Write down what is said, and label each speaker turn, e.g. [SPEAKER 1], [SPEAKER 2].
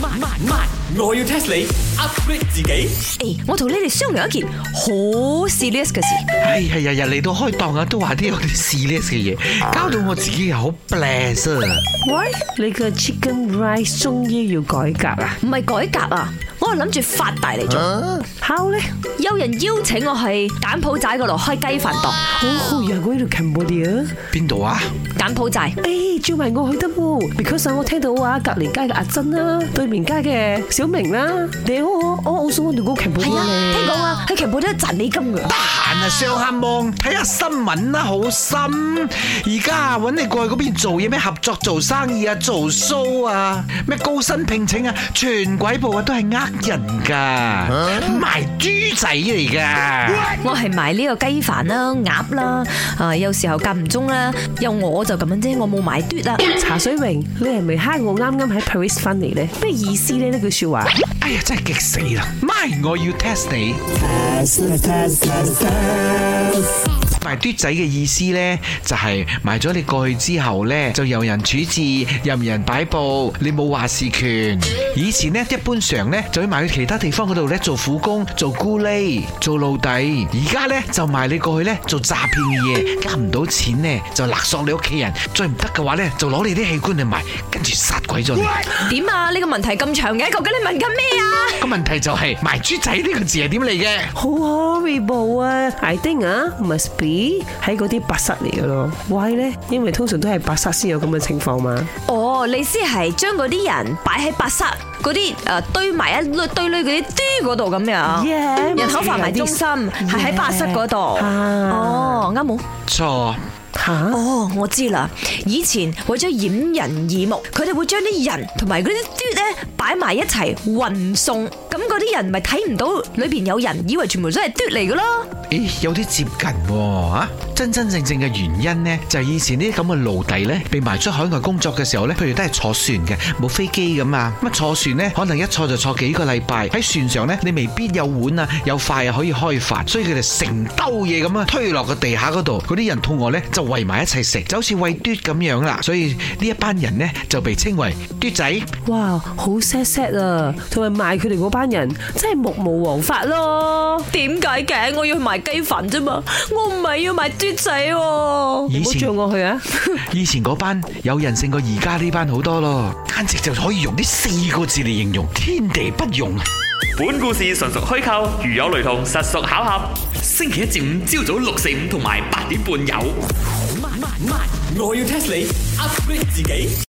[SPEAKER 1] 慢慢慢，我要 test 你 upgrade 自己。
[SPEAKER 2] 誒，我同你哋商量一件好 serious 嘅事。
[SPEAKER 3] 係係哎日日嚟到開檔啊，都話啲有啲 serious 嘅嘢，搞到我自己又好 bless 啊！
[SPEAKER 4] 喂，你個 chicken rice 終於要改革啊？
[SPEAKER 2] 唔係改革啊，我係諗住發大嚟做。
[SPEAKER 4] 烤咧？
[SPEAKER 2] 有人邀請我去柬埔寨嗰度開雞飯檔。
[SPEAKER 4] 哦，又嗰度 Cambodia。
[SPEAKER 3] 邊度啊？
[SPEAKER 2] 柬埔寨
[SPEAKER 4] 誒，叫埋我去得喎，because 我聽到啊，隔離街嘅阿珍啦，對面街嘅小明啦，你好，我我好想我哋嗰 Cambodia
[SPEAKER 2] 係啊，聽
[SPEAKER 4] 咧。
[SPEAKER 2] 講啊，去柬埔寨賺美金㗎
[SPEAKER 3] 得。閒啊，上下網睇下新聞啦，好心！而家啊，揾你過去嗰邊做嘢咩合作做生意啊，做 show 啊，咩高薪聘請啊，全鬼部啊都係呃人㗎，賣豬仔嚟㗎。
[SPEAKER 2] 我係買呢個雞飯啦、鴨啦，啊有時候間唔中啦，有我就咁樣啫，我冇買嘟啦。
[SPEAKER 4] 茶水榮，你係咪蝦我啱啱喺 Paris 翻嚟咧？咩意思咧？呢句説話？
[SPEAKER 3] 哎呀，真係激死啦！咪我要 test 你。賣嘟仔嘅意思呢，就係賣咗你過去之後呢，就由人處置，任人擺佈，你冇話事權。以前呢，一般常呢，就會賣去其他地方嗰度呢做苦工、做咕喱、做奴隸。而家呢，就賣你過去呢做詐騙嘅嘢，呃唔到錢呢，就勒索你屋企人，再唔得嘅話呢，就攞你啲器官嚟賣，跟住殺鬼咗你。
[SPEAKER 2] 點啊？呢個問題咁長嘅，究竟你問緊咩啊？
[SPEAKER 3] 個問題就係賣豬仔呢個字係點嚟嘅？
[SPEAKER 4] 好 horrible 啊！I think 啊，must be 喺嗰啲白塞嚟嘅咯。Why 咧？因為通常都係白塞先有咁嘅情況嘛。
[SPEAKER 2] 哦，你先係將嗰啲人擺喺白沙嗰啲誒堆埋一堆堆嗰啲堆嗰度咁樣
[SPEAKER 4] Yeah，
[SPEAKER 2] 人口販賣中心
[SPEAKER 4] Yeah
[SPEAKER 2] 係喺白沙嗰度。
[SPEAKER 4] 啊
[SPEAKER 2] 哦，啱冇。
[SPEAKER 3] 錯。
[SPEAKER 4] 吓，
[SPEAKER 2] 哦，我知啦。以前為咗掩人耳目，佢哋會將啲人同埋嗰啲嘟咧擺埋一齊運送，咁嗰啲人咪睇唔到裏邊有人，以為全部都係嘟嚟噶咯。
[SPEAKER 3] 咦，有啲接近喎、啊、真真正正嘅原因呢，就係、以前呢啲咁嘅奴隸呢，被賣出海外工作嘅時候呢，譬如都係坐船嘅，冇飛機咁啊。咁啊坐船呢，可能一坐就坐幾個禮拜。喺船上呢，你未必有碗啊，有筷啊可以開飯，所以佢哋成兜嘢咁啊推落個地下嗰度。嗰啲人肚餓呢，就圍埋一齊食，就好似喂嘟咁樣啦。所以呢一班人呢，就被稱為嘟仔。
[SPEAKER 4] 哇，好 sad sad 啊！同埋賣佢哋嗰班人真係目無王法咯。
[SPEAKER 2] 點解嘅？我要去賣雞飯啫嘛，我唔係要賣嘟仔喎。
[SPEAKER 4] 你唔好叫我去啊！
[SPEAKER 3] 以前嗰班有人性過而家呢班好多咯，簡直就可以用呢四個字嚟形容，天地不容。啊
[SPEAKER 5] 本故事純屬虛構，如有雷同，實屬巧合。星期一至五朝早六四五同埋八點半有。
[SPEAKER 1] 慢慢慢，我要 test 你 upgrade 自己。